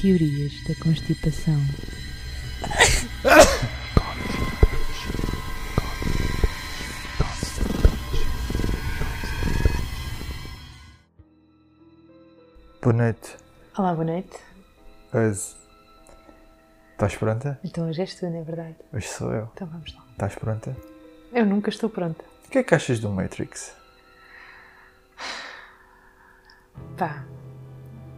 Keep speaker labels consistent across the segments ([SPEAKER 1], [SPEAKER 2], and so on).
[SPEAKER 1] Teorias da constipação.
[SPEAKER 2] Boa noite,
[SPEAKER 3] Olá, boa noite.
[SPEAKER 2] Hoje. Estás pronta?
[SPEAKER 3] Então hoje és tu, não é verdade?
[SPEAKER 2] Hoje sou eu.
[SPEAKER 3] Então vamos lá.
[SPEAKER 2] Estás pronta?
[SPEAKER 3] Eu nunca estou pronta.
[SPEAKER 2] O que é que achas do Matrix?
[SPEAKER 3] Pá,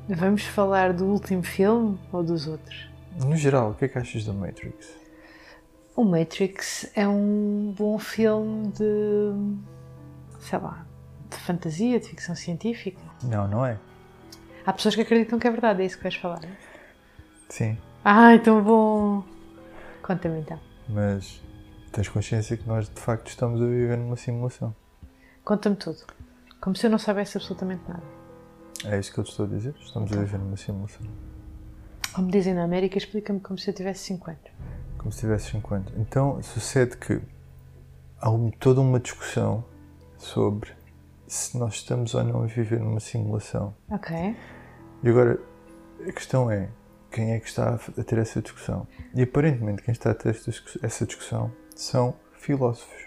[SPEAKER 3] vamos falar do último filme ou dos outros?
[SPEAKER 2] No geral, o que é que achas do Matrix?
[SPEAKER 3] O Matrix é um bom filme de. sei lá. de fantasia, de ficção científica.
[SPEAKER 2] Não, não é?
[SPEAKER 3] Há pessoas que acreditam que é verdade, é isso que vais falar. não é?
[SPEAKER 2] Sim,
[SPEAKER 3] Ai, tão bom! Conta-me então.
[SPEAKER 2] mas tens consciência que nós de facto estamos a viver numa simulação.
[SPEAKER 3] Conta-me tudo. Como se eu não soubesse absolutamente nada.
[SPEAKER 2] É isso que eu te estou a dizer? Estamos a viver numa simulação.
[SPEAKER 3] Como dizem na América, explica-me como se eu tivesse 5 anos.
[SPEAKER 2] Como se tivesse 50. Então sucede que há um- toda uma discussão sobre se nós estamos ou não a viver numa simulação.
[SPEAKER 3] Ok.
[SPEAKER 2] E agora, a questão é quem é que está a f- a ter essa discussão? E aparentemente quem está a ter esta discu- essa discussão são filósofos.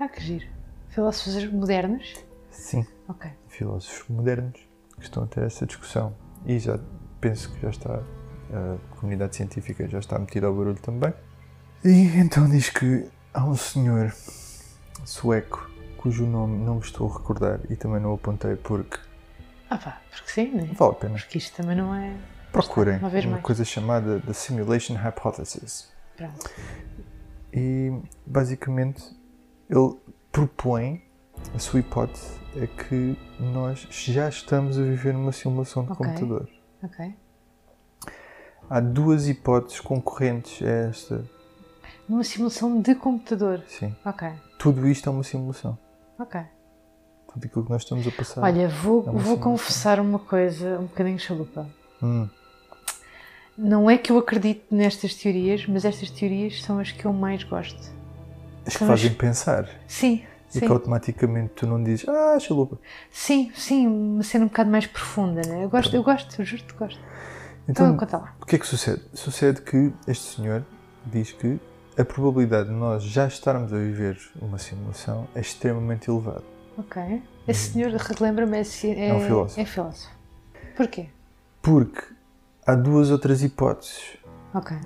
[SPEAKER 3] Ah, que giro. Filósofos modernos?
[SPEAKER 2] Sim,
[SPEAKER 3] Ok.
[SPEAKER 2] filósofos modernos que estão a ter essa discussão. E já penso que já está, a comunidade científica já está metida ao barulho também. E então diz que há um senhor sueco cujo nome não me estou a recordar e também não o apontei porque
[SPEAKER 3] Ah pá, porque sim, né?
[SPEAKER 2] vale a pena.
[SPEAKER 3] Porque isto também não é.
[SPEAKER 2] Procurem
[SPEAKER 3] Uma vez
[SPEAKER 2] uma
[SPEAKER 3] mais.
[SPEAKER 2] coisa chamada The Simulation Hypothesis.
[SPEAKER 3] Pronto.
[SPEAKER 2] e basicamente ele propõe a sua hipótese é que nós já estamos a viver numa simulação de
[SPEAKER 3] Ok.
[SPEAKER 2] computador.
[SPEAKER 3] Ok.
[SPEAKER 2] Há duas hipóteses concorrentes a esta.
[SPEAKER 3] Numa simulação de computador.
[SPEAKER 2] Sim.
[SPEAKER 3] Ok.
[SPEAKER 2] Tudo isto é uma simulação.
[SPEAKER 3] Ok.
[SPEAKER 2] Tudo aquilo que nós estamos a passar.
[SPEAKER 3] Olha, vou,
[SPEAKER 2] É uma
[SPEAKER 3] vou
[SPEAKER 2] simulação.
[SPEAKER 3] confessar uma coisa um bocadinho chalupa.
[SPEAKER 2] Hum,
[SPEAKER 3] Não é que eu acredito nestas teorias, mas estas teorias são as que eu mais gosto.
[SPEAKER 2] as que
[SPEAKER 3] são
[SPEAKER 2] fazem
[SPEAKER 3] as-
[SPEAKER 2] pensar.
[SPEAKER 3] Sim,
[SPEAKER 2] E que
[SPEAKER 3] sim.
[SPEAKER 2] automaticamente tu não dizes, ah, chalupa.
[SPEAKER 3] Sim, sim, uma cena um bocado mais profunda, né? Eu gosto, eu gosto, eu juro-te que gosto. Então,
[SPEAKER 2] Então,
[SPEAKER 3] conta lá.
[SPEAKER 2] o que é que sucede? Sucede que este senhor diz que a probabilidade de nós já estarmos a viver uma simulação é extremamente elevada.
[SPEAKER 3] Ok. Esse senhor, relembra-me, é, ci-
[SPEAKER 2] Hum. É um filósofo.
[SPEAKER 3] É filósofo. Porquê?
[SPEAKER 2] Porque há duas outras hipóteses
[SPEAKER 3] Ok,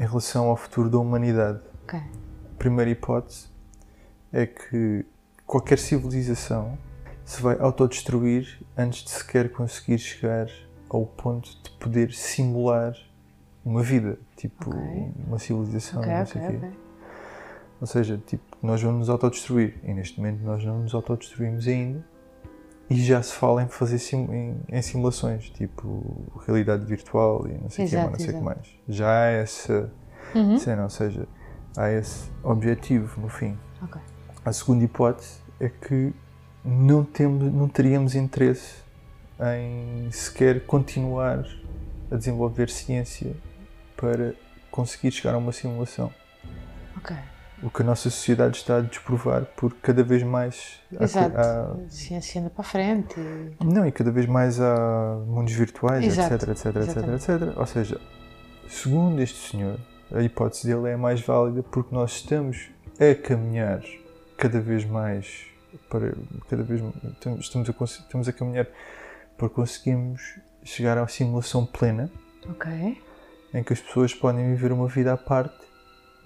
[SPEAKER 2] em relação ao futuro da humanidade.
[SPEAKER 3] ok.
[SPEAKER 2] A primeira hipótese é que qualquer civilização se vai autodestruir antes de sequer conseguir chegar ao ponto de poder simular uma vida, tipo
[SPEAKER 3] Ok.
[SPEAKER 2] uma civilização,
[SPEAKER 3] Ok,
[SPEAKER 2] não
[SPEAKER 3] ok,
[SPEAKER 2] sei o quê.
[SPEAKER 3] ok.
[SPEAKER 2] Ou seja, tipo, nós vamos nos autodestruir e neste momento nós não nos autodestruímos ainda e já se fala em fazer sim- em, em simulações, tipo realidade virtual e não sei o que,
[SPEAKER 3] Exato,
[SPEAKER 2] não sei o que
[SPEAKER 3] exato.
[SPEAKER 2] mais. Já há essa
[SPEAKER 3] Uhum.
[SPEAKER 2] cena, ou seja, há esse objetivo no fim.
[SPEAKER 3] Ok.
[SPEAKER 2] A segunda hipótese é que não, temos, não teríamos interesse em sequer continuar a desenvolver ciência para conseguir chegar a uma simulação
[SPEAKER 3] Ok,
[SPEAKER 2] o que a nossa sociedade está a desprovar por cada vez mais há-
[SPEAKER 3] exato.
[SPEAKER 2] há-
[SPEAKER 3] A ciência anda para a frente. e-
[SPEAKER 2] não e cada vez mais há mundos virtuais
[SPEAKER 3] Exato,
[SPEAKER 2] etc etc
[SPEAKER 3] exatamente.
[SPEAKER 2] etc etc ou seja segundo este senhor a hipótese dele é a mais válida porque nós estamos a caminhar cada vez mais para cada vez estamos- estamos a, cons- estamos a caminhar para conseguirmos chegar à simulação plena
[SPEAKER 3] Ok,
[SPEAKER 2] em que as pessoas podem viver uma vida à parte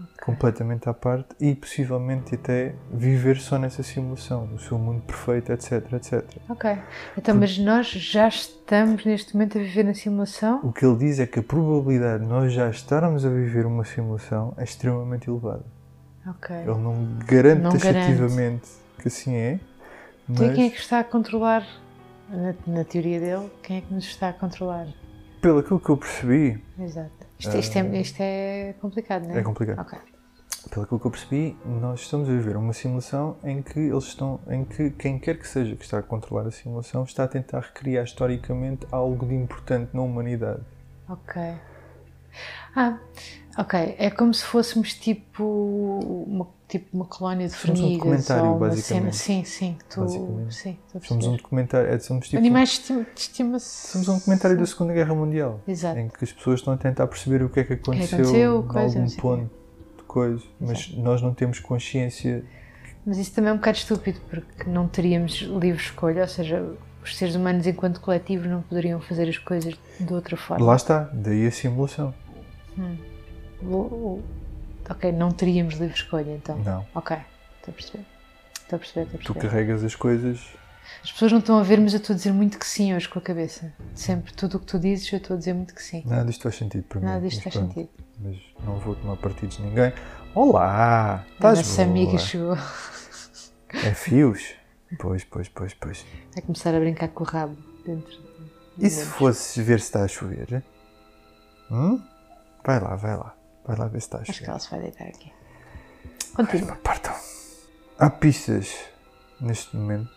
[SPEAKER 3] ok.
[SPEAKER 2] completamente à parte e possivelmente até viver só nessa simulação, o seu mundo perfeito, etc, etc.
[SPEAKER 3] Ok. Então, mas nós já estamos neste momento a viver na simulação?
[SPEAKER 2] O que ele diz é que a probabilidade de nós já estarmos a viver uma simulação é extremamente elevada.
[SPEAKER 3] Ok.
[SPEAKER 2] Ele não garante
[SPEAKER 3] Não garante.
[SPEAKER 2] taxativamente que assim é, mas
[SPEAKER 3] Então, e quem é que está a controlar? Na, na teoria dele, quem é que nos está a controlar?
[SPEAKER 2] pelo aquilo que eu percebi,
[SPEAKER 3] Exato. Isto, isto é, isto é complicado, não é?
[SPEAKER 2] Ah. é complicado.
[SPEAKER 3] Ok.
[SPEAKER 2] Pelo aquilo que eu percebi, nós estamos a viver uma simulação em que eles estão, em que quem quer que seja que está a controlar a simulação está a tentar recriar historicamente algo de importante na humanidade.
[SPEAKER 3] Ok. Ah, ok. É como se fôssemos tipo uma, tipo uma colónia de
[SPEAKER 2] Somos um
[SPEAKER 3] formigas.
[SPEAKER 2] documentário,
[SPEAKER 3] ou uma
[SPEAKER 2] basicamente.
[SPEAKER 3] Cena. Sim, sim. Tu,
[SPEAKER 2] Basicamente.
[SPEAKER 3] sim, estou a
[SPEAKER 2] Somos um
[SPEAKER 3] perceber.
[SPEAKER 2] documentário, é, somos tipo.
[SPEAKER 3] Animais de estima- de estimação.
[SPEAKER 2] Somos um documentário da Segunda Guerra Mundial.
[SPEAKER 3] Exato.
[SPEAKER 2] Em que as pessoas estão a tentar perceber o que é que aconteceu,
[SPEAKER 3] aconteceu,
[SPEAKER 2] em
[SPEAKER 3] coisa, não
[SPEAKER 2] algum
[SPEAKER 3] sei o
[SPEAKER 2] ponto de coisa, mas nós não temos consciência.
[SPEAKER 3] Mas isso também é um bocado estúpido, porque não teríamos livre escolha, ou seja, os seres humanos, enquanto coletivo, não poderiam fazer as coisas de outra forma.
[SPEAKER 2] Lá está, daí a simulação.
[SPEAKER 3] Vou- vou- Ok, não teríamos livre escolha, então.
[SPEAKER 2] Não.
[SPEAKER 3] Ok, estou a perceber. Estou a perceber, estou a
[SPEAKER 2] Tu
[SPEAKER 3] perceber.
[SPEAKER 2] carregas as coisas.
[SPEAKER 3] As pessoas não estão a ver, mas eu estou a dizer muito que sim hoje com a cabeça. Sempre, tudo o que tu dizes, eu estou a dizer muito que sim.
[SPEAKER 2] Nada disto faz sentido para mim.
[SPEAKER 3] Nada disto
[SPEAKER 2] mas
[SPEAKER 3] faz
[SPEAKER 2] pronto,
[SPEAKER 3] sentido.
[SPEAKER 2] Mas não vou tomar partido de ninguém. Olá!
[SPEAKER 3] A
[SPEAKER 2] Estás
[SPEAKER 3] nossa
[SPEAKER 2] boa?
[SPEAKER 3] amiga chegou
[SPEAKER 2] É fios? Pois, pois, pois, pois.
[SPEAKER 3] a começar a brincar com o rabo dentro. do
[SPEAKER 2] E se
[SPEAKER 3] olho.
[SPEAKER 2] fosses ver se está a chover? Hum? Vai lá, vai lá. Vai lá ver se está a
[SPEAKER 3] Acho que
[SPEAKER 2] chover.
[SPEAKER 3] ela se vai deitar aqui.
[SPEAKER 2] Ai,
[SPEAKER 3] Continua.
[SPEAKER 2] me partam. Há pistas neste momento.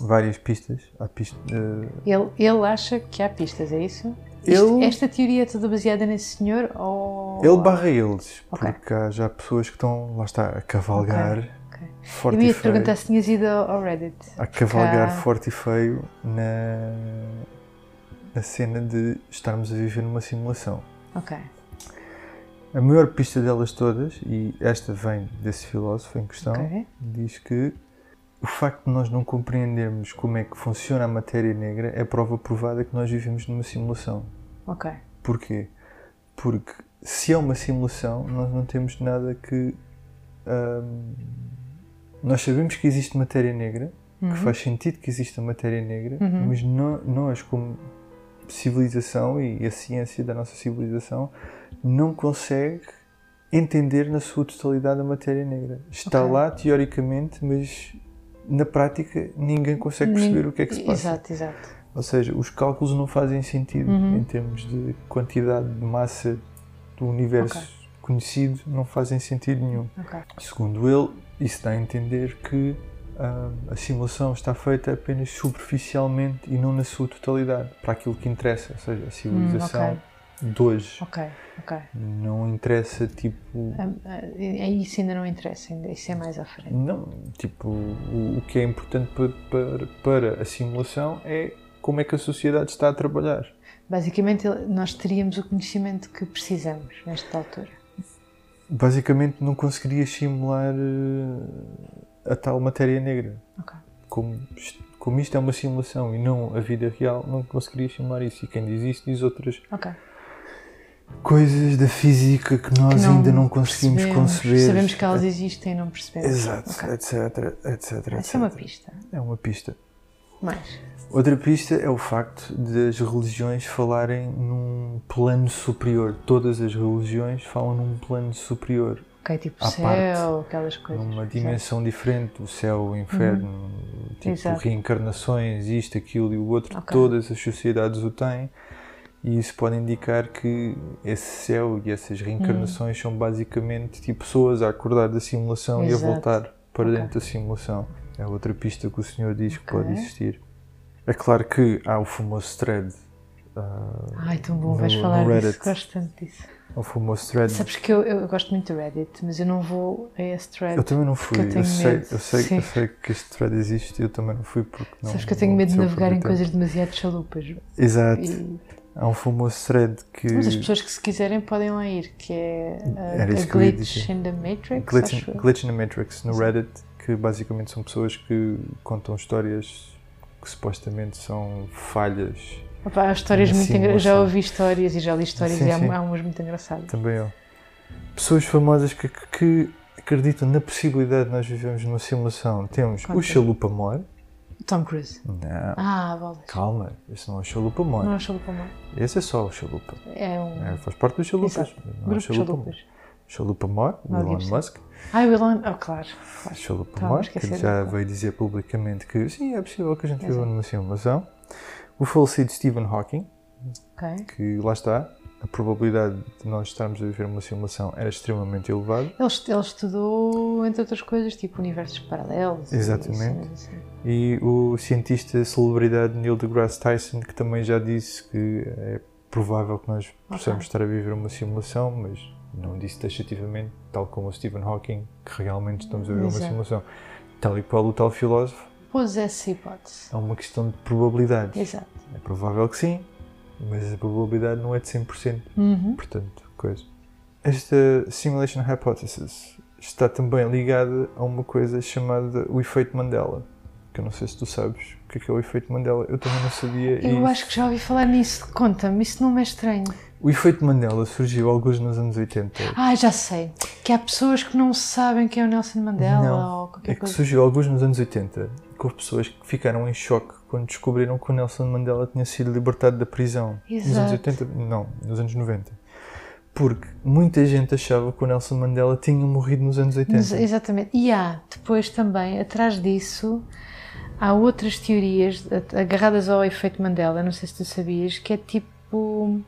[SPEAKER 2] Várias pistas. Há eh, pistas. Ah.
[SPEAKER 3] Ele, ele acha que há pistas, é isso? Isto-
[SPEAKER 2] ele,
[SPEAKER 3] esta teoria é toda baseada nesse senhor ou.
[SPEAKER 2] ele barra eles.
[SPEAKER 3] Ok.
[SPEAKER 2] Porque há já pessoas que estão, lá está, a cavalgar
[SPEAKER 3] Ok. Eu
[SPEAKER 2] forte e
[SPEAKER 3] ia te
[SPEAKER 2] feio.
[SPEAKER 3] perguntar se tinhas ido ao ao Reddit.
[SPEAKER 2] A cavalgar
[SPEAKER 3] Cá.
[SPEAKER 2] forte e feio na, na cena de estarmos a viver numa simulação.
[SPEAKER 3] Ok.
[SPEAKER 2] A maior pista delas todas, e esta vem desse filósofo em questão,
[SPEAKER 3] Ok.
[SPEAKER 2] diz que o facto de nós não compreendermos como é que funciona a matéria negra é prova provada que nós vivemos numa simulação.
[SPEAKER 3] Ok.
[SPEAKER 2] Porquê? Porque se é uma simulação, nós não temos nada que. hum, nós sabemos que existe matéria negra, que faz sentido que exista matéria negra,
[SPEAKER 3] Uhum.
[SPEAKER 2] mas nó- nós, como civilização e a ciência da nossa civilização, não consegue entender na sua totalidade a matéria negra. Está
[SPEAKER 3] Ok.
[SPEAKER 2] lá teoricamente, mas na prática ninguém consegue perceber o que é que se passa.
[SPEAKER 3] Exato, exato.
[SPEAKER 2] Ou seja, os cálculos não fazem sentido
[SPEAKER 3] Uhum.
[SPEAKER 2] em termos de quantidade de massa do universo
[SPEAKER 3] Ok.
[SPEAKER 2] conhecido, não fazem sentido nenhum.
[SPEAKER 3] Ok.
[SPEAKER 2] Segundo ele, isso dá a entender que hum, a simulação está feita apenas superficialmente e não na sua totalidade, para aquilo que interessa, ou seja, a civilização de hoje.
[SPEAKER 3] Hum, Ok, ok.
[SPEAKER 2] Não interessa, tipo.
[SPEAKER 3] Ah, ah, é- Isso ainda não interessa, ainda- isso é mais à frente.
[SPEAKER 2] Não, tipo, o, o que é importante pa- para, para a simulação é como é que a sociedade está a trabalhar.
[SPEAKER 3] Basicamente, ele- nós teríamos o conhecimento que precisamos nesta altura.
[SPEAKER 2] Basicamente, não conseguiria simular eh, a tal matéria negra.
[SPEAKER 3] Ok.
[SPEAKER 2] como, isto- como isto é uma simulação e não a vida real, não conseguiria simular isso. E quem diz isso diz outras
[SPEAKER 3] Ok.
[SPEAKER 2] coisas da física que nós
[SPEAKER 3] Que
[SPEAKER 2] ainda não conseguimos
[SPEAKER 3] percebemos,
[SPEAKER 2] conceber. É.
[SPEAKER 3] Sabemos que elas existem e não percebemos.
[SPEAKER 2] Exato,
[SPEAKER 3] Ok.
[SPEAKER 2] etc, etc, etc.
[SPEAKER 3] Essa é uma pista.
[SPEAKER 2] É uma pista.
[SPEAKER 3] Mais.
[SPEAKER 2] Outra pista é o facto das religiões falarem num plano superior. Todas as religiões falam num plano superior,
[SPEAKER 3] Ok, tipo
[SPEAKER 2] À
[SPEAKER 3] céu,
[SPEAKER 2] parte,
[SPEAKER 3] aquelas coisas.
[SPEAKER 2] numa
[SPEAKER 3] Exato. Uhum.
[SPEAKER 2] dimensão diferente, o céu, o inferno, tipo
[SPEAKER 3] Exato.
[SPEAKER 2] reencarnações, isto, aquilo e o outro.
[SPEAKER 3] Ok.
[SPEAKER 2] Todas as sociedades o têm. E isso pode indicar que esse céu e essas reencarnações
[SPEAKER 3] Hum.
[SPEAKER 2] são basicamente tipo pessoas a acordar da simulação e
[SPEAKER 3] Exato.
[SPEAKER 2] a voltar para
[SPEAKER 3] Ok.
[SPEAKER 2] dentro da simulação. É outra pista que o senhor diz que
[SPEAKER 3] Ok.
[SPEAKER 2] pode existir. É claro que há o famoso thread. ah,
[SPEAKER 3] Ai, tão bom,
[SPEAKER 2] no-
[SPEAKER 3] vais
[SPEAKER 2] no
[SPEAKER 3] falar disso,
[SPEAKER 2] Reddit.
[SPEAKER 3] gosto tanto disso.
[SPEAKER 2] o famoso thread.
[SPEAKER 3] Sabes que eu, eu gosto muito do Reddit, mas eu não vou a esse thread.
[SPEAKER 2] Eu também não fui.
[SPEAKER 3] eu
[SPEAKER 2] Eu,
[SPEAKER 3] tenho
[SPEAKER 2] sei,
[SPEAKER 3] medo,
[SPEAKER 2] eu, sei,
[SPEAKER 3] sim.
[SPEAKER 2] eu sei que este thread existe eu também não fui porque não.
[SPEAKER 3] Sabes que eu tenho
[SPEAKER 2] não
[SPEAKER 3] medo de
[SPEAKER 2] aconteceu
[SPEAKER 3] navegar em
[SPEAKER 2] por muito
[SPEAKER 3] coisas demasiado chalupas. E-
[SPEAKER 2] tempo. Exato. Há um famoso thread que.
[SPEAKER 3] Mas as pessoas que se quiserem podem lá ir, que é a,
[SPEAKER 2] Era
[SPEAKER 3] a
[SPEAKER 2] isso que eu ia
[SPEAKER 3] Glitch
[SPEAKER 2] dizer.
[SPEAKER 3] in the Matrix,
[SPEAKER 2] Glitch,
[SPEAKER 3] acho eu.
[SPEAKER 2] Glitch in the Matrix no
[SPEAKER 3] Sim.
[SPEAKER 2] Reddit, que basicamente são pessoas que contam histórias que supostamente são falhas.
[SPEAKER 3] Opa, há histórias
[SPEAKER 2] Sim,
[SPEAKER 3] muito engraçadas. Já
[SPEAKER 2] moça.
[SPEAKER 3] ouvi histórias e já li histórias
[SPEAKER 2] assim, Sim,
[SPEAKER 3] e há,
[SPEAKER 2] sim.
[SPEAKER 3] há umas muito engraçadas.
[SPEAKER 2] Também eu. Pessoas famosas que, que acreditam na possibilidade de nós vivermos numa simulação. Temos
[SPEAKER 3] Conta.
[SPEAKER 2] o Chalupa Mor.
[SPEAKER 3] Tom Cruise.
[SPEAKER 2] Não,
[SPEAKER 3] Ah, bolas.
[SPEAKER 2] calma, esse não é o Chalupa Mor.
[SPEAKER 3] Não é um chalupa mau.
[SPEAKER 2] Esse é só o Chalupa.
[SPEAKER 3] É um
[SPEAKER 2] É, faz parte dos Chalupas.
[SPEAKER 3] Exato.
[SPEAKER 2] Não é
[SPEAKER 3] grupo
[SPEAKER 2] o
[SPEAKER 3] de
[SPEAKER 2] Chalupa Mor.
[SPEAKER 3] chalupas.
[SPEAKER 2] Chalupa Mor, o
[SPEAKER 3] Mel
[SPEAKER 2] Elon
[SPEAKER 3] Gibson.
[SPEAKER 2] Musk.
[SPEAKER 3] Ah, o Elon. Oh, claro. claro.
[SPEAKER 2] Chalupa
[SPEAKER 3] Tá,
[SPEAKER 2] Mor,
[SPEAKER 3] me esqueci
[SPEAKER 2] que
[SPEAKER 3] de-
[SPEAKER 2] já veio dizer publicamente que sim, é possível que a gente viva
[SPEAKER 3] Exato.
[SPEAKER 2] numa simulação. O falecido Stephen Hawking,
[SPEAKER 3] Ok.
[SPEAKER 2] que lá está, a probabilidade de nós estarmos a viver uma simulação era extremamente elevada.
[SPEAKER 3] Ele, est- ele estudou, entre outras coisas, tipo universos paralelos. e
[SPEAKER 2] Exatamente.
[SPEAKER 3] cenas assim.
[SPEAKER 2] E o cientista celebridade Neil deGrasse Tyson, que também já disse que é provável que nós possamos estar a viver uma simulação, mas não disse taxativamente, tal como o Stephen Hawking, que realmente estamos a viver uma
[SPEAKER 3] Exato.
[SPEAKER 2] simulação. Tal e qual o tal filósofo,
[SPEAKER 3] Pôs essa hipótese.
[SPEAKER 2] é uma questão de probabilidades.
[SPEAKER 3] Exato.
[SPEAKER 2] É provável que sim, mas a probabilidade não é de 100%.
[SPEAKER 3] Uhum.
[SPEAKER 2] Portanto, coisa. Esta Simulation Hypothesis está também ligada a uma coisa chamada o efeito Mandela. Que eu não sei se tu sabes o que é, que é o efeito Mandela. Eu também não sabia.
[SPEAKER 3] Eu
[SPEAKER 2] e
[SPEAKER 3] acho que já ouvi falar nisso. Conta-me, isso não me é estranho.
[SPEAKER 2] O efeito Mandela surgiu alguns nos anos 80.
[SPEAKER 3] Ah, já sei. Que há pessoas que não sabem quem é o Nelson Mandela
[SPEAKER 2] Não,
[SPEAKER 3] ou qualquer
[SPEAKER 2] É que
[SPEAKER 3] coisa.
[SPEAKER 2] surgiu alguns nos anos 80 com pessoas que ficaram em choque quando descobriram que o Nelson Mandela tinha sido libertado da prisão. Nos anos
[SPEAKER 3] Exato.
[SPEAKER 2] 80? Não, nos anos 90. Porque muita gente achava que o Nelson Mandela tinha morrido nos anos 80.
[SPEAKER 3] Mas, é- exatamente. E há, depois também, atrás disso, há outras teorias a- agarradas ao efeito Mandela, não sei se tu sabias, que é tipo.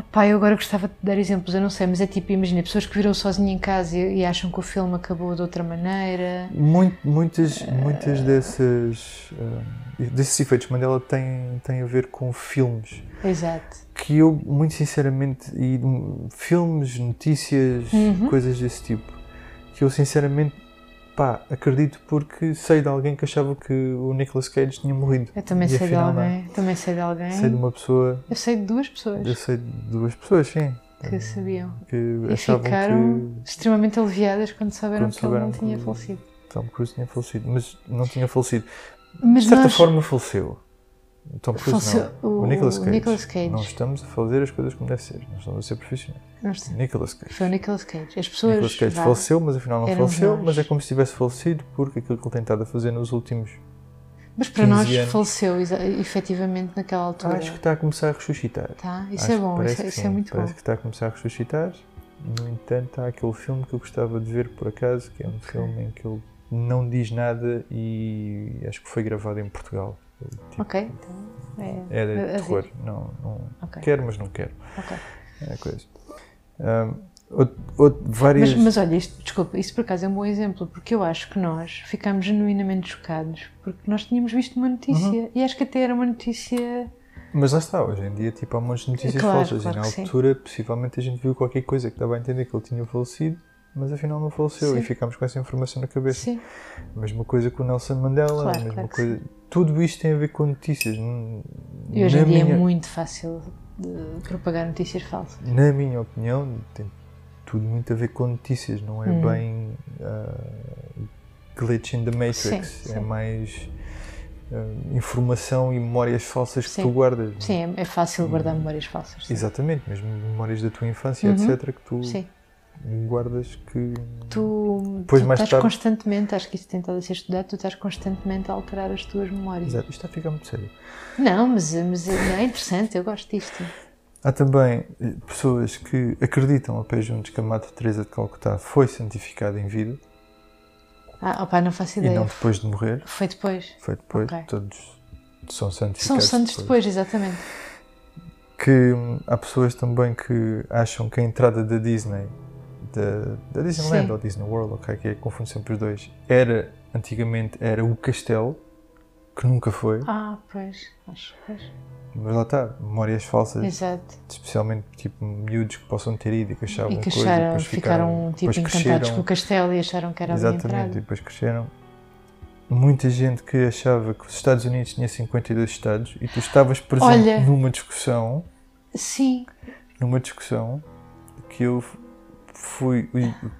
[SPEAKER 3] Ah pá, eu agora gostava de dar exemplos, eu não sei, mas é tipo, imagina, pessoas que viram sozinha em casa e, e acham que o filme acabou de outra maneira.
[SPEAKER 2] Muito- muitas
[SPEAKER 3] É.
[SPEAKER 2] muitas dessas, ah, desses efeitos Mandela têm, têm a ver com filmes.
[SPEAKER 3] Exato.
[SPEAKER 2] Que eu, muito sinceramente, e hum, filmes, notícias,
[SPEAKER 3] Uhum.
[SPEAKER 2] coisas desse tipo, que eu sinceramente pá, acredito porque sei de alguém que achava que o Nicolas Cage tinha morrido.
[SPEAKER 3] Eu também
[SPEAKER 2] E
[SPEAKER 3] sei de
[SPEAKER 2] afinal não. é?
[SPEAKER 3] alguém, também sei de alguém.
[SPEAKER 2] Sei de um- uma pessoa,
[SPEAKER 3] Eu sei de duas pessoas
[SPEAKER 2] eu sei de duas pessoas, sim,
[SPEAKER 3] que sabiam.
[SPEAKER 2] que
[SPEAKER 3] E
[SPEAKER 2] achavam
[SPEAKER 3] ficaram
[SPEAKER 2] que
[SPEAKER 3] extremamente aliviadas quando souberam
[SPEAKER 2] Quando
[SPEAKER 3] que ele não
[SPEAKER 2] souberam
[SPEAKER 3] tinha
[SPEAKER 2] que-
[SPEAKER 3] falecido.
[SPEAKER 2] Tom Cruise tinha falecido, mas não tinha falecido.
[SPEAKER 3] Mas
[SPEAKER 2] De certa
[SPEAKER 3] nós-
[SPEAKER 2] forma faleceu. O Tom Cruise
[SPEAKER 3] Faleceu-
[SPEAKER 2] não. O,
[SPEAKER 3] o-
[SPEAKER 2] Nicolas
[SPEAKER 3] o
[SPEAKER 2] Cage.
[SPEAKER 3] Nicolas Cage.
[SPEAKER 2] Não estamos a fazer as coisas como deve ser. Não estamos a ser profissionais.
[SPEAKER 3] Não sei.
[SPEAKER 2] Nicolas Cage.
[SPEAKER 3] Foi o Nicolas Cage. As pessoas.
[SPEAKER 2] Nicolas Cage
[SPEAKER 3] vá,
[SPEAKER 2] é
[SPEAKER 3] um
[SPEAKER 2] faleceu, mas afinal não
[SPEAKER 3] éramos
[SPEAKER 2] faleceu.
[SPEAKER 3] nós.
[SPEAKER 2] Mas é como se tivesse falecido porque aquilo que ele tem estado a fazer nos últimos...
[SPEAKER 3] Mas para nós
[SPEAKER 2] 15 anos.
[SPEAKER 3] faleceu exa- efetivamente naquela altura.
[SPEAKER 2] Acho que está a começar a ressuscitar.
[SPEAKER 3] Tá? Isso
[SPEAKER 2] Acho
[SPEAKER 3] é
[SPEAKER 2] que
[SPEAKER 3] bom,
[SPEAKER 2] parece
[SPEAKER 3] isso, é-
[SPEAKER 2] que
[SPEAKER 3] isso
[SPEAKER 2] sim,
[SPEAKER 3] é muito
[SPEAKER 2] Parece
[SPEAKER 3] bom.
[SPEAKER 2] que está a começar a ressuscitar. No entanto, há aquele filme que eu gostava de ver, por acaso, que é um filme em que ele não diz nada e acho que foi gravado em Portugal. Tipo,
[SPEAKER 3] Ok, então. É,
[SPEAKER 2] É
[SPEAKER 3] A- a
[SPEAKER 2] de
[SPEAKER 3] ver.
[SPEAKER 2] terror. Não, não
[SPEAKER 3] Ok.
[SPEAKER 2] quero, mas não quero.
[SPEAKER 3] ok.
[SPEAKER 2] É a coisa. Ahm, out- out- várias.
[SPEAKER 3] Mas, mas olha, isto, desculpa, isso por acaso é um bom exemplo, porque eu acho que nós ficámos genuinamente chocados, porque nós tínhamos visto uma notícia
[SPEAKER 2] Uhum.
[SPEAKER 3] e acho que até era uma notícia.
[SPEAKER 2] Mas lá está, hoje em dia tipo, há um monte de notícias
[SPEAKER 3] Claro,
[SPEAKER 2] falsas
[SPEAKER 3] claro
[SPEAKER 2] e
[SPEAKER 3] que
[SPEAKER 2] na
[SPEAKER 3] sim.
[SPEAKER 2] altura possivelmente a gente viu qualquer coisa que dava a entender que ele tinha falecido, mas afinal não faleceu
[SPEAKER 3] Sim.
[SPEAKER 2] e ficámos com essa informação na cabeça.
[SPEAKER 3] Sim,
[SPEAKER 2] Mesma coisa com o Nelson Mandela,
[SPEAKER 3] Claro,
[SPEAKER 2] mesma
[SPEAKER 3] claro que
[SPEAKER 2] coisa. Tudo isto tem a ver com notícias. N-
[SPEAKER 3] e hoje em
[SPEAKER 2] na
[SPEAKER 3] dia
[SPEAKER 2] minha-
[SPEAKER 3] é muito fácil de propagar notícias falsas.
[SPEAKER 2] na minha opinião, tem tudo muito a ver com notícias, não é
[SPEAKER 3] Hum.
[SPEAKER 2] bem ah, glitch in the matrix,
[SPEAKER 3] Sim,
[SPEAKER 2] é
[SPEAKER 3] sim.
[SPEAKER 2] mais ah, informação e memórias falsas que
[SPEAKER 3] Sim.
[SPEAKER 2] tu guardas. não é?
[SPEAKER 3] Sim, é, é fácil guardar memórias falsas. sim.
[SPEAKER 2] Exatamente, mesmo memórias da tua infância,
[SPEAKER 3] Uhum.
[SPEAKER 2] etc., que tu
[SPEAKER 3] Sim. Uhum.
[SPEAKER 2] guardas que.
[SPEAKER 3] Tu,
[SPEAKER 2] Pois
[SPEAKER 3] tu
[SPEAKER 2] mais
[SPEAKER 3] estás
[SPEAKER 2] tarde-
[SPEAKER 3] constantemente, acho que isso tem estado a ser estudado, tu estás constantemente a alterar as tuas memórias.
[SPEAKER 2] Exato, isto está a ficar muito sério.
[SPEAKER 3] Não, mas, mas é interessante, eu gosto disto.
[SPEAKER 2] Há também eh, pessoas que acreditam a pé juntos que a Madre Teresa de Calcutá foi santificada em vida
[SPEAKER 3] Ah, opá, não faço
[SPEAKER 2] e
[SPEAKER 3] ideia.
[SPEAKER 2] não depois de morrer.
[SPEAKER 3] Foi depois.
[SPEAKER 2] Foi depois,
[SPEAKER 3] Ok.
[SPEAKER 2] todos são santificados.
[SPEAKER 3] São santos depois, exatamente.
[SPEAKER 2] que hum, há pessoas também que acham que a entrada da Disney, da, da Disneyland
[SPEAKER 3] Sim.
[SPEAKER 2] ou Disney World, ok, que é, confundo sempre os dois, era, antigamente era o castelo, que nunca foi,
[SPEAKER 3] Ah, pois, acho que pois.
[SPEAKER 2] mas lá está, memórias falsas,
[SPEAKER 3] Exato.
[SPEAKER 2] especialmente tipo miúdos que possam ter ido e que achavam
[SPEAKER 3] E que
[SPEAKER 2] coisa, e
[SPEAKER 3] acharam,
[SPEAKER 2] depois
[SPEAKER 3] ficaram, tipo
[SPEAKER 2] depois
[SPEAKER 3] encantados com
[SPEAKER 2] cresceram,
[SPEAKER 3] o castelo e acharam que era a minha
[SPEAKER 2] Exatamente, e
[SPEAKER 3] entrada.
[SPEAKER 2] depois cresceram. Muita gente que achava que os Estados Unidos tinha 52 estados e tu estavas presente
[SPEAKER 3] Olha.
[SPEAKER 2] numa discussão
[SPEAKER 3] Sim,
[SPEAKER 2] numa discussão que eu fui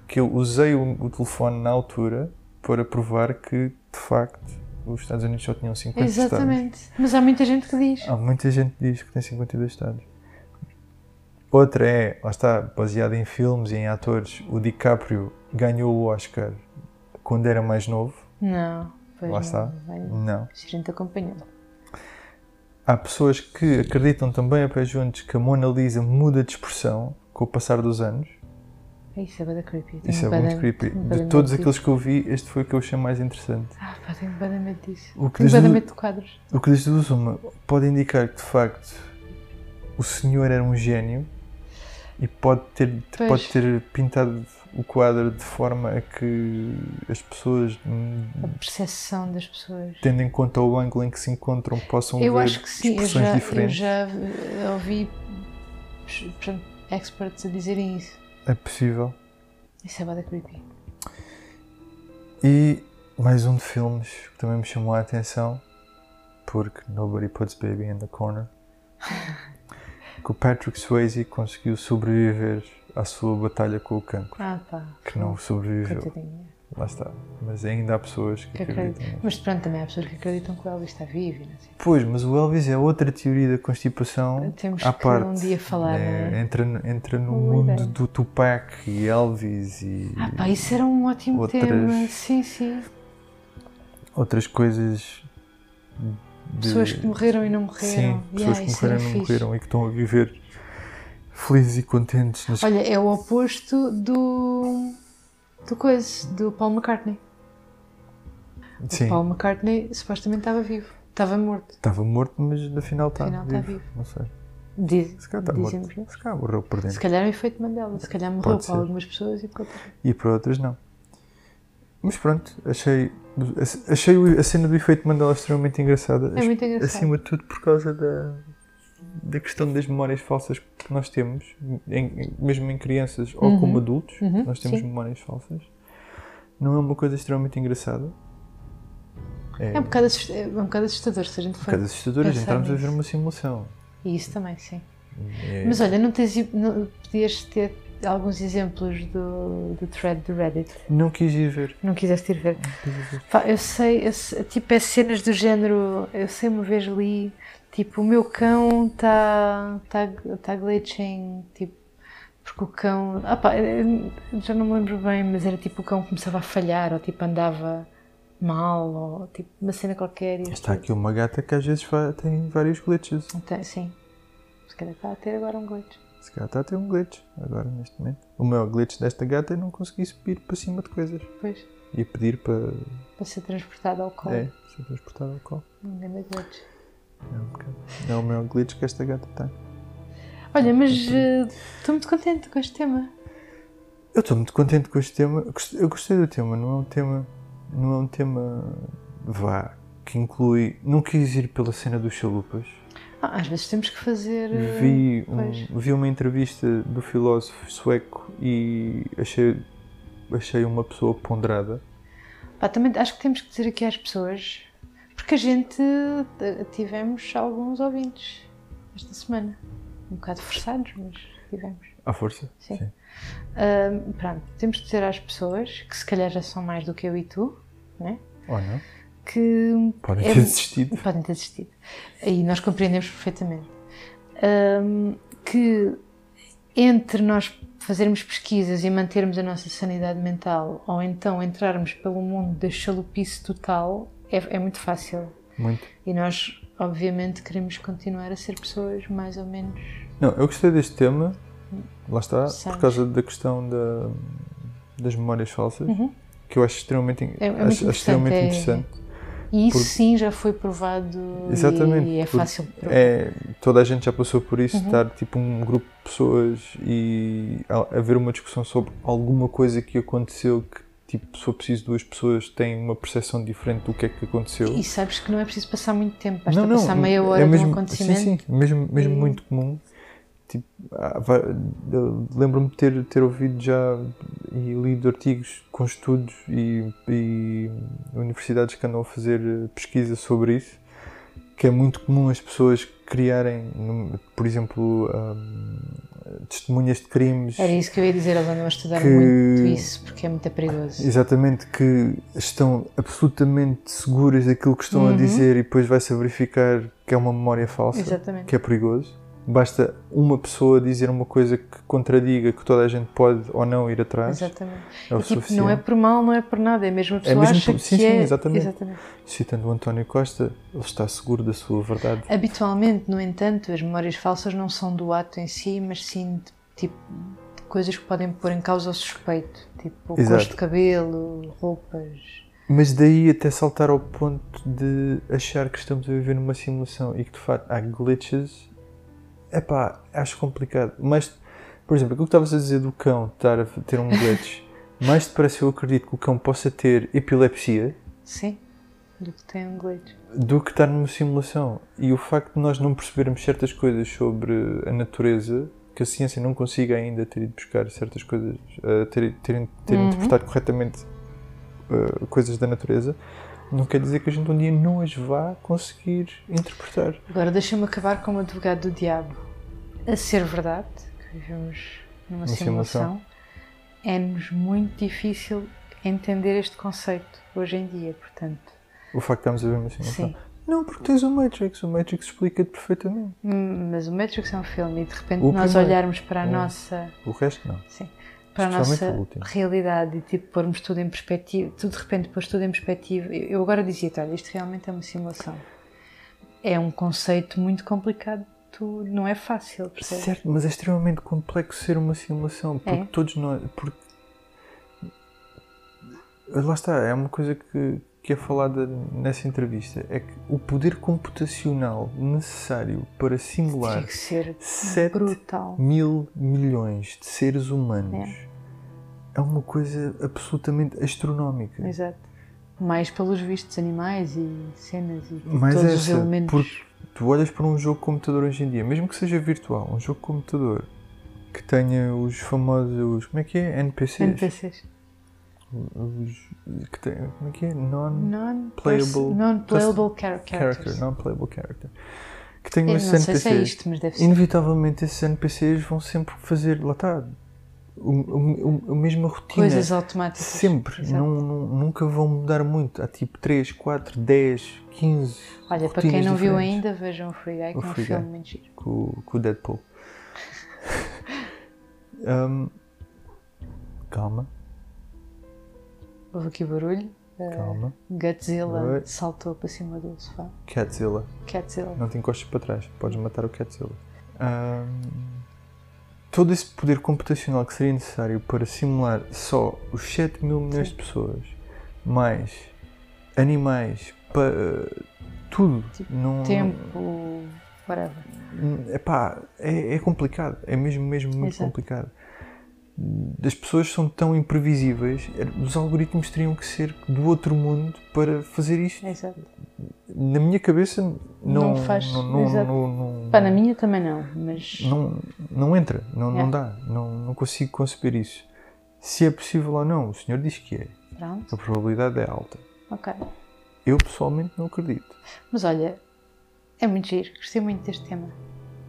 [SPEAKER 2] que eu usei o, o telefone na altura para provar que de facto os Estados Unidos só tinham 50
[SPEAKER 3] exatamente. Mas há muita gente que diz.
[SPEAKER 2] estados. Há muita gente que diz que tem 52 estados. Outra é, lá está, baseada em filmes e em atores, o DiCaprio ganhou o Oscar quando era mais novo.
[SPEAKER 3] Não, pois
[SPEAKER 2] Lá
[SPEAKER 3] não,
[SPEAKER 2] está.
[SPEAKER 3] Bem,
[SPEAKER 2] Não.
[SPEAKER 3] a gente acompanhou.
[SPEAKER 2] Há pessoas que acreditam também a pé juntos que a Mona Lisa muda de expressão com o passar dos anos.
[SPEAKER 3] Isso é bada creepy.
[SPEAKER 2] Isso é
[SPEAKER 3] Tenho bué
[SPEAKER 2] muito creepy.
[SPEAKER 3] tenho bué
[SPEAKER 2] De
[SPEAKER 3] medo
[SPEAKER 2] todos
[SPEAKER 3] disso.
[SPEAKER 2] aqueles que eu vi, este foi o que eu achei mais interessante.
[SPEAKER 3] Ah, pá, tenho badamento disso.
[SPEAKER 2] O que
[SPEAKER 3] Tenho
[SPEAKER 2] diz do-
[SPEAKER 3] badamento de quadros.
[SPEAKER 2] O que diz duas uma pode indicar que de facto o senhor era um gênio e pode ter,
[SPEAKER 3] Pois.
[SPEAKER 2] pode ter pintado o quadro de forma a que as pessoas, hum,
[SPEAKER 3] A percepção das pessoas.
[SPEAKER 2] tendo em conta o ângulo em que se encontram, possam
[SPEAKER 3] Eu
[SPEAKER 2] ver
[SPEAKER 3] acho que sim, eu
[SPEAKER 2] expressões
[SPEAKER 3] já, eu
[SPEAKER 2] diferentes.
[SPEAKER 3] já eh, ouvi ex- portanto, experts a dizerem isso.
[SPEAKER 2] É possível.
[SPEAKER 3] Isso é bada creepy.
[SPEAKER 2] E mais um de filmes que também me chamou a atenção, porque Nobody Puts Baby in the Corner, que o Patrick Swayze conseguiu sobreviver à sua batalha com o cancro,
[SPEAKER 3] Ah, pá.
[SPEAKER 2] que não sobreviveu.
[SPEAKER 3] Coitadinha.
[SPEAKER 2] Lá está. Mas ainda há pessoas que
[SPEAKER 3] Que
[SPEAKER 2] acreditam.
[SPEAKER 3] acreditam. Mas pronto, também há pessoas que acreditam que o Elvis está vivo e não sei.
[SPEAKER 2] Pois, mas o Elvis é outra teoria da constipação
[SPEAKER 3] Temos
[SPEAKER 2] à
[SPEAKER 3] que
[SPEAKER 2] parte.
[SPEAKER 3] um dia falar,
[SPEAKER 2] né?
[SPEAKER 3] não é?
[SPEAKER 2] Entra, no- entra no
[SPEAKER 3] Boa
[SPEAKER 2] mundo
[SPEAKER 3] ideia.
[SPEAKER 2] do Tupac e Elvis e
[SPEAKER 3] Ah, pá, isso era um ótimo
[SPEAKER 2] Outras-
[SPEAKER 3] tema. Sim, sim.
[SPEAKER 2] outras coisas. de-
[SPEAKER 3] Pessoas que morreram e não
[SPEAKER 2] Sim,
[SPEAKER 3] morreram.
[SPEAKER 2] pessoas
[SPEAKER 3] Yeah,
[SPEAKER 2] que
[SPEAKER 3] isso era
[SPEAKER 2] morreram e não
[SPEAKER 3] fixe.
[SPEAKER 2] morreram e que estão a viver felizes e contentes nas
[SPEAKER 3] Olha, é o oposto do. do coisa, do Paul McCartney.
[SPEAKER 2] Sim,
[SPEAKER 3] Paul McCartney supostamente estava vivo, estava morto.
[SPEAKER 2] estava morto, mas afinal está
[SPEAKER 3] Afinal está
[SPEAKER 2] vivo. Não sei.
[SPEAKER 3] Diz,
[SPEAKER 2] Se calhar está
[SPEAKER 3] dizemos, né?
[SPEAKER 2] morto. Se calhar morreu por
[SPEAKER 3] Se
[SPEAKER 2] dentro.
[SPEAKER 3] calhar é um efeito Mandela, se calhar morreu
[SPEAKER 2] Pode
[SPEAKER 3] para
[SPEAKER 2] ser.
[SPEAKER 3] algumas pessoas e para outras.
[SPEAKER 2] E para outras não. Mas pronto, achei, achei o- a cena do efeito Mandela extremamente engraçada.
[SPEAKER 3] É muito engraçado.
[SPEAKER 2] Acima de tudo por causa da, da questão das memórias falsas que nós temos, em- em- mesmo em crianças ou como adultos,
[SPEAKER 3] Uhum,
[SPEAKER 2] nós temos
[SPEAKER 3] sim.
[SPEAKER 2] memórias falsas. Não é uma coisa extremamente engraçada. É,
[SPEAKER 3] É um bocado, assust- é um bocado assustador se a gente
[SPEAKER 2] um
[SPEAKER 3] for.
[SPEAKER 2] bocado assustadora,
[SPEAKER 3] pensar
[SPEAKER 2] entramos a ver
[SPEAKER 3] nisso.
[SPEAKER 2] uma simulação.
[SPEAKER 3] E isso também, sim.
[SPEAKER 2] É,
[SPEAKER 3] Mas olha, não tens. Não, podias ter alguns exemplos do, do thread do Reddit.
[SPEAKER 2] Não quis ir ver.
[SPEAKER 3] Não quiseste ir ver.
[SPEAKER 2] não quis ir ver.
[SPEAKER 3] Pá, eu sei, eu sei- tipo, é cenas do género. Eu sei uma vez li, tipo, o meu cão está tá, tá glitching, tipo, porque o cão. Ah, pá, eu- eu já não me lembro bem, mas era tipo o cão começava a falhar, ou tipo andava mal, ou tipo uma cena qualquer. E
[SPEAKER 2] Está aqui uma gata que às vezes fa- tem vários glitches.
[SPEAKER 3] Então, sim, se calhar está a ter agora um glitch.
[SPEAKER 2] Esse gato está a ter um glitch agora neste momento. O meu glitch desta gata é não conseguir subir para cima de coisas
[SPEAKER 3] Depois,
[SPEAKER 2] e pedir para
[SPEAKER 3] para ser transportado ao colo.
[SPEAKER 2] é, ser transportado ao colo.
[SPEAKER 3] Um grande glitch.
[SPEAKER 2] É, um bocado. é o meu glitch que esta gata tem.
[SPEAKER 3] Olha, mas eh, estou muito contente com este tema.
[SPEAKER 2] Eu estou muito contente com este tema. Eu gost- Eu gostei do tema, não é um tema. Não é um tema vá que inclui. Não quis ir pela cena dos chalupas.
[SPEAKER 3] Ah, às vezes temos que fazer. eh,
[SPEAKER 2] Vi,
[SPEAKER 3] pois.
[SPEAKER 2] um, vi uma entrevista do filósofo sueco e achei, achei uma pessoa ponderada.
[SPEAKER 3] Pá, também acho que temos que dizer aqui às pessoas, porque a gente eh, tivemos alguns ouvintes esta semana. Um bocado forçados, mas tivemos.
[SPEAKER 2] À força?
[SPEAKER 3] Sim. Ahm, pronto, temos que dizer às pessoas, que se calhar já são mais do que eu e tu, né?
[SPEAKER 2] Ou não?
[SPEAKER 3] que
[SPEAKER 2] Podem
[SPEAKER 3] É
[SPEAKER 2] ter
[SPEAKER 3] mu-
[SPEAKER 2] desistido.
[SPEAKER 3] podem ter desistido. E nós compreendemos perfeitamente. Ahm, que entre nós fazermos pesquisas e mantermos a nossa sanidade mental, ou então entrarmos pelo mundo da chalupice total, é, é muito fácil.
[SPEAKER 2] Muito.
[SPEAKER 3] E nós, obviamente, queremos continuar a ser pessoas mais ou menos.
[SPEAKER 2] Não, eu gostei deste tema, lá está,
[SPEAKER 3] Sabes.
[SPEAKER 2] por causa da questão da, das memórias falsas, que eu acho extremamente, in-
[SPEAKER 3] Uhum. É- é muito
[SPEAKER 2] acho- acho extremamente
[SPEAKER 3] interessante,
[SPEAKER 2] interessante.
[SPEAKER 3] E isso
[SPEAKER 2] Por-
[SPEAKER 3] sim já foi provado
[SPEAKER 2] Exatamente,
[SPEAKER 3] e é
[SPEAKER 2] por-
[SPEAKER 3] fácil.
[SPEAKER 2] É, toda a gente já passou por
[SPEAKER 3] Uhum.
[SPEAKER 2] isso, estar tipo um grupo de pessoas e a- haver uma discussão sobre alguma coisa que aconteceu que tipo, se for preciso duas pessoas têm uma percepção diferente do que é que aconteceu.
[SPEAKER 3] E sabes que não é preciso passar muito tempo, basta passar meia
[SPEAKER 2] é
[SPEAKER 3] hora de
[SPEAKER 2] mesmo-
[SPEAKER 3] um acontecimento.
[SPEAKER 2] Sim, sim, mesmo, mesmo
[SPEAKER 3] e-
[SPEAKER 2] muito comum. Tipo, há va- eu Lembro-me de ter, ter ouvido já e lido artigos com estudos e, e universidades que andam a fazer eh, pesquisa sobre isso, que é muito comum as pessoas criarem, num- por exemplo, ahm, testemunhas de crimes.
[SPEAKER 3] Era isso que eu ia dizer, eles andam a estudar
[SPEAKER 2] Que-
[SPEAKER 3] muito isso porque é muito perigoso.
[SPEAKER 2] Exatamente, que estão absolutamente seguras daquilo que estão a dizer e depois vai-se a verificar que é uma memória falsa.
[SPEAKER 3] Uhum. Exatamente.
[SPEAKER 2] que é perigoso. Basta uma pessoa dizer uma coisa que contradiga que toda a gente pode ou não ir atrás.
[SPEAKER 3] Exatamente.
[SPEAKER 2] É o
[SPEAKER 3] E, tipo,
[SPEAKER 2] suficiente.
[SPEAKER 3] não é por mal, não é por nada, é mesmo a pessoa
[SPEAKER 2] mesmo
[SPEAKER 3] acha
[SPEAKER 2] por- sim,
[SPEAKER 3] que
[SPEAKER 2] sim,
[SPEAKER 3] é.
[SPEAKER 2] exatamente. Citando o António Costa, ele está seguro da sua verdade.
[SPEAKER 3] Habitualmente, no entanto, as memórias falsas não são do ato em si, mas sim de, tipo de coisas que podem pôr em causa o suspeito, tipo cores
[SPEAKER 2] Exato.
[SPEAKER 3] de cabelo, roupas.
[SPEAKER 2] Mas daí até saltar ao ponto de achar que estamos a viver numa simulação e que de facto há glitches, é pá, acho complicado. Mas, por exemplo, aquilo que estavas a dizer do cão estar a ter um glitch, mais depressa eu acredito que o cão possa ter epilepsia
[SPEAKER 3] Sim, do que tem um glitch.
[SPEAKER 2] do que estar numa simulação. E o facto de nós não percebermos certas coisas sobre a natureza, que a ciência não consiga ainda ter ido buscar certas coisas, eh, ter, ter, ter interpretado corretamente eh, coisas da natureza, não quer dizer que a gente um dia não as vá conseguir interpretar.
[SPEAKER 3] Agora deixa-me acabar como advogado do diabo. A ser verdade, que vivemos numa
[SPEAKER 2] Uma
[SPEAKER 3] simulação, é-nos muito difícil entender este conceito hoje em dia, portanto.
[SPEAKER 2] O facto de estarmos a ver uma simulação.
[SPEAKER 3] Sim.
[SPEAKER 2] Não, porque tens o Matrix, o Matrix explica-te perfeitamente.
[SPEAKER 3] Hum, Mas o Matrix é um filme e de repente
[SPEAKER 2] O
[SPEAKER 3] nós
[SPEAKER 2] primeiro.
[SPEAKER 3] olharmos para a
[SPEAKER 2] É.
[SPEAKER 3] nossa.
[SPEAKER 2] O resto não.
[SPEAKER 3] Sim. Para a
[SPEAKER 2] Especialmente
[SPEAKER 3] nossa
[SPEAKER 2] o último.
[SPEAKER 3] realidade e tipo pormos tudo em perspectiva, tudo de repente pôs tudo em perspectiva. Eu eu agora dizia-te, olha, isto realmente é uma simulação. É um conceito muito complicado, tu- não é fácil, percebes?
[SPEAKER 2] Certo, mas é extremamente complexo ser uma simulação, porque
[SPEAKER 3] É.
[SPEAKER 2] todos nós. Porque... Lá está, é uma coisa que, que é falada nessa entrevista: é que o poder computacional necessário para simular
[SPEAKER 3] Tinha que ser
[SPEAKER 2] 7
[SPEAKER 3] brutal.
[SPEAKER 2] mil milhões de seres humanos é, uma coisa absolutamente astronómica.
[SPEAKER 3] Exato. Mais pelos vistos animais e cenas e
[SPEAKER 2] Mas
[SPEAKER 3] todos os
[SPEAKER 2] essa,
[SPEAKER 3] elementos.
[SPEAKER 2] porque tu olhas para um jogo de computador hoje em dia, mesmo que seja virtual, um jogo de computador que tenha os famosos, como é que é? NPCs.
[SPEAKER 3] NPCs.
[SPEAKER 2] Os, que tem, como é que é? Non
[SPEAKER 3] Non-playable
[SPEAKER 2] Playable-
[SPEAKER 3] non -playable char- characters.
[SPEAKER 2] character, non playable character. Que tenham
[SPEAKER 3] Eu não
[SPEAKER 2] esses
[SPEAKER 3] sei
[SPEAKER 2] NPCs.
[SPEAKER 3] se é isto, mas deve ser.
[SPEAKER 2] Inevitavelmente esses NPCs vão sempre fazer, lá está, o, o- o- a mesma rotina.
[SPEAKER 3] Coisas automáticas.
[SPEAKER 2] Sempre,
[SPEAKER 3] Exato.
[SPEAKER 2] Não- não- nunca vão mudar muito. Há tipo 3, 4, 10, 15.
[SPEAKER 3] Olha, para quem
[SPEAKER 2] rotinas
[SPEAKER 3] não viu
[SPEAKER 2] diferentes.
[SPEAKER 3] ainda, vejam o Free Guy, que
[SPEAKER 2] O
[SPEAKER 3] é um
[SPEAKER 2] Free
[SPEAKER 3] filme
[SPEAKER 2] Guy.
[SPEAKER 3] muito giro.
[SPEAKER 2] com, com o Deadpool. Hum, calma,
[SPEAKER 3] Houve aqui barulho. eh,
[SPEAKER 2] calma.
[SPEAKER 3] Godzilla
[SPEAKER 2] Oi.
[SPEAKER 3] saltou para cima do sofá.
[SPEAKER 2] Catzilla,
[SPEAKER 3] Godzilla.
[SPEAKER 2] não te encostes para trás, podes matar o Catzilla. Hum, todo esse poder computacional que seria necessário para simular só os 7 mil milhões
[SPEAKER 3] Sim.
[SPEAKER 2] de pessoas, mais animais, pa- tudo,
[SPEAKER 3] Tipo,
[SPEAKER 2] não,
[SPEAKER 3] Tempo, whatever.
[SPEAKER 2] Hum, Epá, é, é complicado, é mesmo, mesmo muito
[SPEAKER 3] Exato.
[SPEAKER 2] complicado. As pessoas são tão imprevisíveis, era- os algoritmos teriam que ser do outro mundo para fazer isto.
[SPEAKER 3] Exato.
[SPEAKER 2] Na minha cabeça, não,
[SPEAKER 3] Não faz,
[SPEAKER 2] Não, não,
[SPEAKER 3] exato.
[SPEAKER 2] não, não,
[SPEAKER 3] Pá, na minha também não, mas.
[SPEAKER 2] não, não entra, não,
[SPEAKER 3] É.
[SPEAKER 2] não dá, não, não consigo conceber isso. Se é possível ou não, o senhor diz que é,
[SPEAKER 3] Pronto,
[SPEAKER 2] a probabilidade é alta.
[SPEAKER 3] ok.
[SPEAKER 2] Eu pessoalmente não acredito.
[SPEAKER 3] Mas olha, é muito giro, gostei muito deste tema.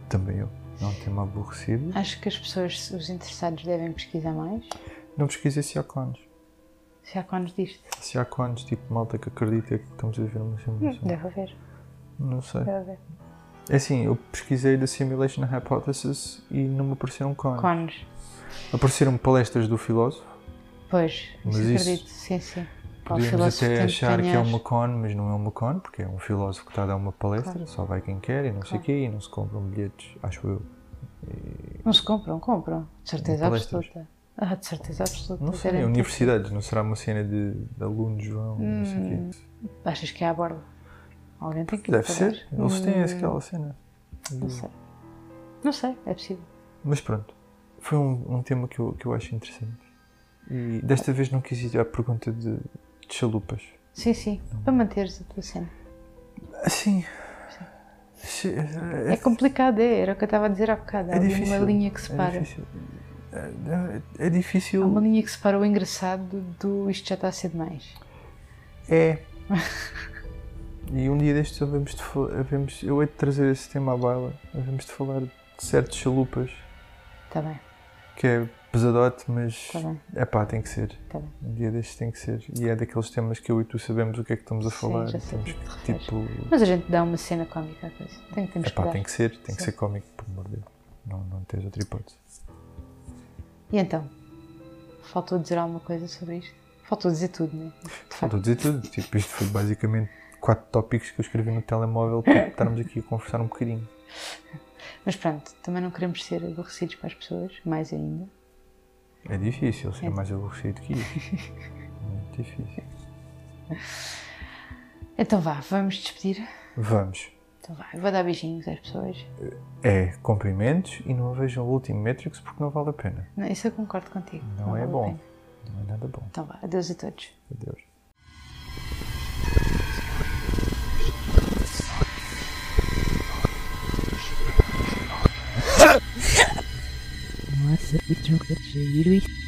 [SPEAKER 2] Também eu. Não tema aborrecido.
[SPEAKER 3] Acho que as pessoas, os interessados, devem pesquisar mais.
[SPEAKER 2] Não pesquisei se há clones.
[SPEAKER 3] Se há quando disto,
[SPEAKER 2] Se há quantos, tipo, malta que acredita que estamos a viver numa simulação?
[SPEAKER 3] deve haver,
[SPEAKER 2] Não sei.
[SPEAKER 3] deve haver.
[SPEAKER 2] É assim, eu pesquisei da Simulation Hypothesis e não me apareceram quantos.
[SPEAKER 3] Cones,
[SPEAKER 2] Apareceram palestras do filósofo.
[SPEAKER 3] pois,
[SPEAKER 2] Mas
[SPEAKER 3] isso
[SPEAKER 2] isso-
[SPEAKER 3] acredito, sim, sim. Pá, o
[SPEAKER 2] Podíamos
[SPEAKER 3] filósofo
[SPEAKER 2] até
[SPEAKER 3] tem
[SPEAKER 2] achar que é
[SPEAKER 3] ganhar.
[SPEAKER 2] uma con, mas não é uma con, porque é um filósofo que está a dar uma palestra,
[SPEAKER 3] Claro.
[SPEAKER 2] só vai quem quer e não sei o
[SPEAKER 3] Claro.
[SPEAKER 2] quê, e não se compram bilhetes, acho eu.
[SPEAKER 3] Não se compram, compram. De certeza
[SPEAKER 2] Palestras.
[SPEAKER 3] absoluta. Ah, de certeza absoluta.
[SPEAKER 2] Não sei, um
[SPEAKER 3] Garanto.
[SPEAKER 2] universidades, não será uma cena de, de alunos vão, não sei
[SPEAKER 3] Hum.
[SPEAKER 2] o quê.
[SPEAKER 3] Achas que é à borda? Alguém tem que
[SPEAKER 2] Deve
[SPEAKER 3] pagar?
[SPEAKER 2] ser, eles têm
[SPEAKER 3] Hum,
[SPEAKER 2] aquela cena.
[SPEAKER 3] Não sei. Não sei, é possível.
[SPEAKER 2] Mas pronto, foi um, um tema que eu, que eu acho interessante. E desta vez não quis ir à pergunta de, de chalupas.
[SPEAKER 3] Sim, sim, para manteres a tua cena.
[SPEAKER 2] Assim. se-
[SPEAKER 3] É
[SPEAKER 2] É,
[SPEAKER 3] complicado, é, era o que eu estava a dizer há bocado. Há
[SPEAKER 2] é
[SPEAKER 3] ali
[SPEAKER 2] difícil.
[SPEAKER 3] uma linha que separa.
[SPEAKER 2] É difícil. É, é- é
[SPEAKER 3] Há
[SPEAKER 2] difícil.
[SPEAKER 3] uma linha que separa o engraçado do isto já está a ser demais.
[SPEAKER 2] É. E um dia destes havemos de, fa- havemos, eu hei de trazer esse tema à baila. Havemos de falar de certos chalupas,
[SPEAKER 3] Está Tá bem,
[SPEAKER 2] que é pesadote, mas.
[SPEAKER 3] está Tá bem.
[SPEAKER 2] É pá, tem que ser.
[SPEAKER 3] Tá bem.
[SPEAKER 2] Um dia destes tem que ser. E é daqueles temas que eu e tu sabemos o que é que estamos a
[SPEAKER 3] Sim,
[SPEAKER 2] falar.
[SPEAKER 3] já sei o
[SPEAKER 2] Temos
[SPEAKER 3] que te
[SPEAKER 2] que,
[SPEAKER 3] referes.
[SPEAKER 2] tipo.
[SPEAKER 3] Mas a gente dá uma cena cómica à coisa. Tem, temos
[SPEAKER 2] É
[SPEAKER 3] que dar.
[SPEAKER 2] pá, tem que ser, tem que
[SPEAKER 3] Sim.
[SPEAKER 2] ser cómico, por amor de Deus. Não, não tens outra hipótese.
[SPEAKER 3] E então? Faltou dizer alguma coisa sobre isto? Faltou dizer tudo, não é? De facto.
[SPEAKER 2] Estou a dizer tudo. Tipo, isto foi basicamente quatro tópicos que eu escrevi no telemóvel para estarmos aqui a conversar um bocadinho.
[SPEAKER 3] Mas pronto, também não queremos ser aborrecidos para as pessoas, mais ainda.
[SPEAKER 2] É difícil ser
[SPEAKER 3] É.
[SPEAKER 2] mais aborrecido que isso. Muito difícil.
[SPEAKER 3] Então vá, vamos despedir.
[SPEAKER 2] Vamos.
[SPEAKER 3] Então vá, eu vou dar beijinhos às pessoas.
[SPEAKER 2] É cumprimentos e não vejam o último Matrix porque não vale a pena.
[SPEAKER 3] Não, isso eu concordo contigo.
[SPEAKER 2] Não, é
[SPEAKER 3] vale a
[SPEAKER 2] bom.
[SPEAKER 3] pena.
[SPEAKER 2] Não é nada bom.
[SPEAKER 3] Então vá, adeus a todos.
[SPEAKER 2] Adeus.
[SPEAKER 3] jogo de giro e